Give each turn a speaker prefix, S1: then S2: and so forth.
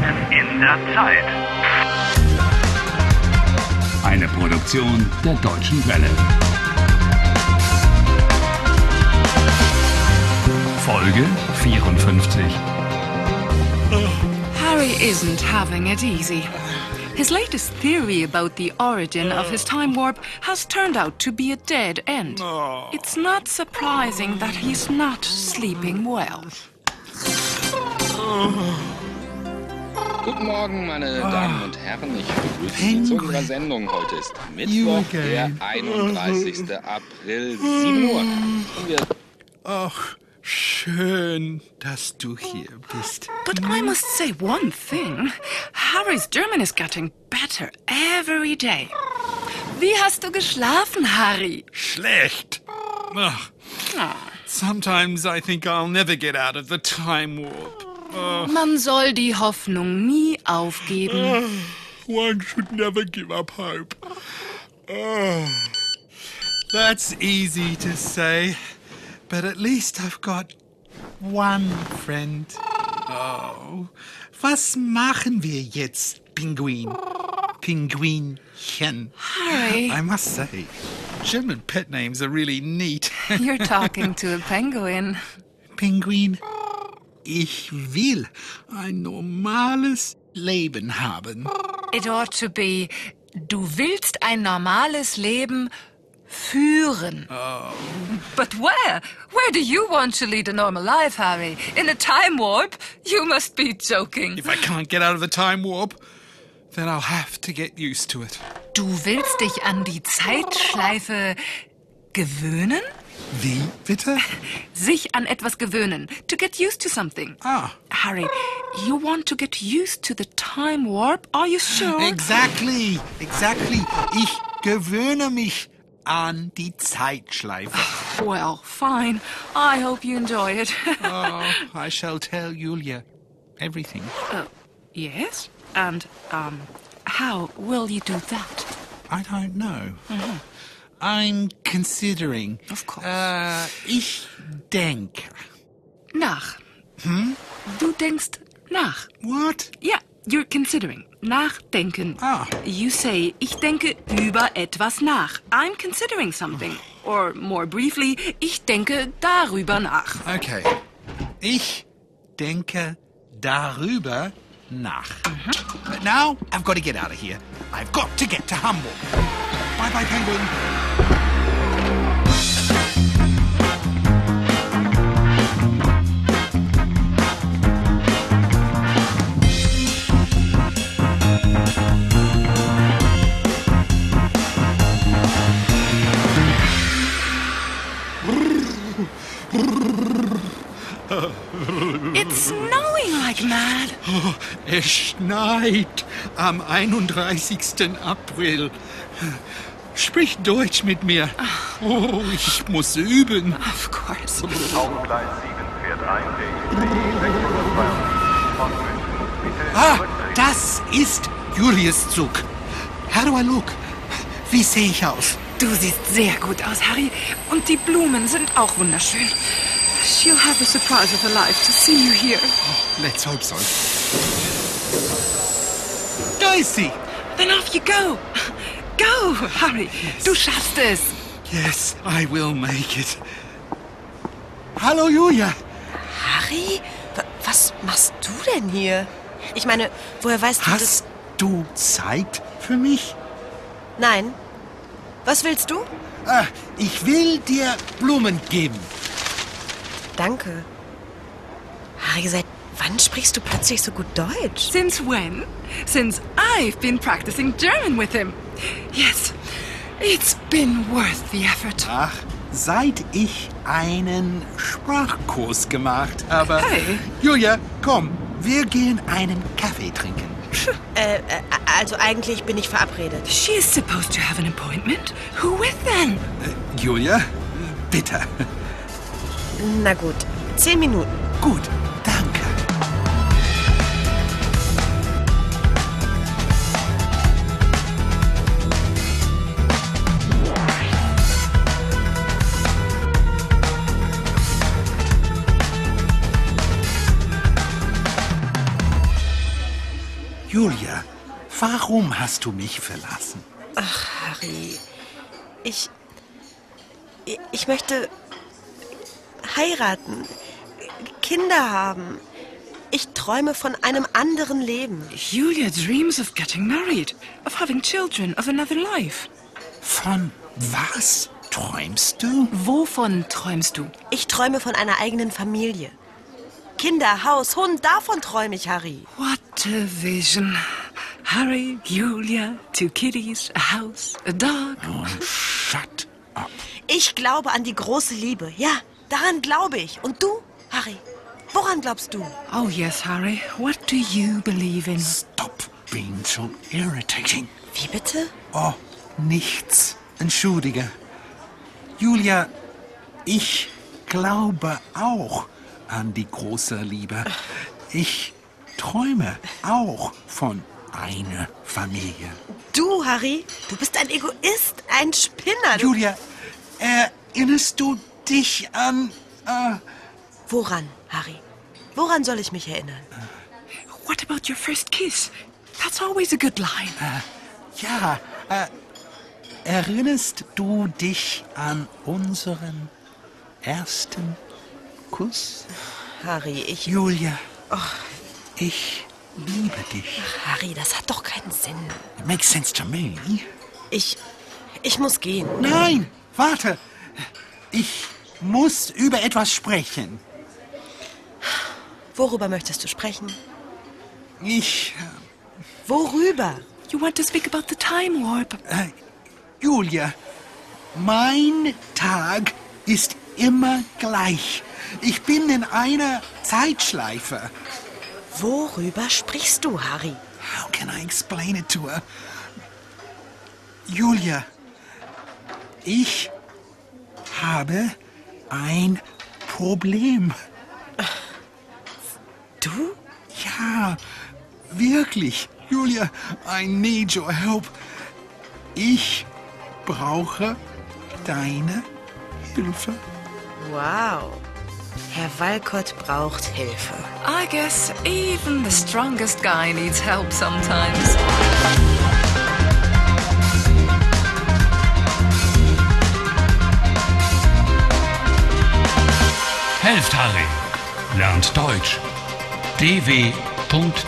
S1: der Zeit.
S2: Eine Produktion der Deutschen Welle. Folge 54.
S3: Harry isn't having it easy. His latest theory about the origin of his time warp has turned out to be a dead end. It's not surprising that he's not sleeping well.
S4: Guten Morgen, meine Damen und Herren. Ich begrüße Sie zu unserer Sendung. Heute ist Mittwoch, der 31. April, 7 Uhr. Und wir
S5: Ach, schön, dass du hier bist.
S3: But I must say one thing Harry's German is getting better every day. Wie hast du geschlafen, Harry?
S5: Schlecht. Ach, sometimes I think I'll never get out of the time warp.
S3: Man soll die Hoffnung nie aufgeben.
S5: One should never give up hope. Oh, that's easy to say, but at least I've got one friend. Oh, was machen wir jetzt, Pinguin? Pinguinchen.
S3: Harry,
S5: I must say, German pet names are really neat.
S3: you're talking to a penguin.
S5: Pinguin, ich will ein normales Leben haben.
S3: It ought to be, du willst ein normales Leben führen. Oh. But where? Where do you want to lead a normal life, Harry? In a time warp? You must be joking.
S5: If I can't get out of the time warp, then I'll have to get used to it.
S3: Du willst dich an die Zeitschleife gewöhnen?
S5: Wie bitte?
S3: Sich an etwas gewöhnen. To get used to something.
S5: Ah,
S3: Harry, you want to get used to the time warp? Are you sure?
S5: exactly, exactly. Ich gewöhne mich an die Zeitschleife.
S3: Well, fine. I hope you enjoy it.
S5: Oh, I shall tell Julia everything.
S3: Uh, Yes? And, um, how will you do that?
S5: I don't know. I'm considering.
S3: Of course.
S5: Äh, ich denke.
S3: Nach. Du denkst nach.
S5: What?
S3: Yeah, you're considering. Nachdenken.
S5: Ah.
S3: You say, ich denke über etwas nach. I'm considering something. Or more briefly, ich denke darüber nach.
S5: Okay. Ich denke darüber nach. But now I've got to get out of here. I've got to get to Hamburg. Bye bye, Penguin.
S3: It's snowing like mad.
S5: Oh, Es schneit am 31. April. Sprich Deutsch mit mir. Oh, ich muss üben.
S3: Ah. Of course.
S1: Gleis 7 fährt ein, der ICE 622 von München. Bitte
S5: Ah, das ist Julius Zug. How do I look? Wie sehe ich aus?
S3: Du siehst sehr gut aus, Harry. Und die Blumen sind auch wunderschön. She'll have the surprise of her life to see you here.
S5: Let's hope so. Da ist sie.
S3: Then off you go. Go, Harry. Du schaffst es.
S5: Yes, I will make it. Hallo Julia.
S6: Harry, wa- was machst du denn hier? Ich meine, woher weißt du das?
S5: Hast du Zeit für mich?
S6: Nein. Was willst du?
S5: Ah, ich will dir Blumen geben.
S6: Danke. Harry, seit wann sprichst du plötzlich so gut Deutsch?
S3: Since when? Since I've been practicing German with him. Yes, it's been worth the effort.
S5: Ach, seit ich einen Sprachkurs gemacht habe.
S3: Hey.
S5: Julia, komm, wir gehen einen Kaffee trinken.
S6: Äh, äh, also eigentlich bin ich verabredet.
S3: She is supposed to have an appointment. Who with then?
S5: Julia, bitte.
S6: Na gut, zehn Minuten.
S5: Gut, danke. Julia, warum hast du mich verlassen?
S6: Harry, ich. i- Ich möchte heiraten, Kinder haben. Ich träume von einem anderen Leben.
S3: Julia dreams of getting married, of having children, of another life.
S5: Von was träumst du?
S3: Wovon träumst du?
S6: Ich träume von einer eigenen Familie. Kinder, Haus, Hund, davon träume ich, Harry.
S3: What a vision. Harry, Julia, two kitties, a house, a dog.
S5: Shut up.
S6: Ich glaube an die große Liebe. Ja, daran glaube ich. Und du, Harry? Woran glaubst du?
S3: Oh, yes, Harry. What do you believe in?
S5: Stop being so irritating.
S6: Wie bitte?
S5: Oh, nichts. Entschuldige. Julia, ich glaube auch an die große Liebe. Ich träume auch von einer Familie.
S6: Du, Harry, du bist ein Egoist, ein Spinner. Du,
S5: Julia, erinnerst du dich an... Äh,
S6: woran, Harry? Woran soll ich mich erinnern?
S3: What about your first kiss? That's always a good line.
S5: ja, äh, erinnerst du dich an unseren ersten Kuss?
S6: Harry, ich.
S5: Julia, ich liebe dich.
S6: Harry, das hat doch keinen Sinn.
S5: It makes sense to me.
S6: Ich. Ich muss gehen.
S5: Nein, warte. Ich muss über etwas sprechen.
S6: Worüber möchtest du sprechen?
S5: Ich,
S6: Worüber?
S3: You want to speak about the time warp?
S5: Julia, mein Tag ist immer gleich. Ich bin in einer Zeitschleife.
S6: Worüber sprichst du, Harry?
S5: How can I explain it to her? Julia, ich habe ein Problem.
S6: Du?
S5: Ja, wirklich. Julia, I need your help. Ich brauche deine Hilfe.
S6: Wow. Herr Walcott braucht Hilfe.
S3: I guess even the strongest guy needs help sometimes.
S2: Helft Harry. Lernt Deutsch. dw.com/harry.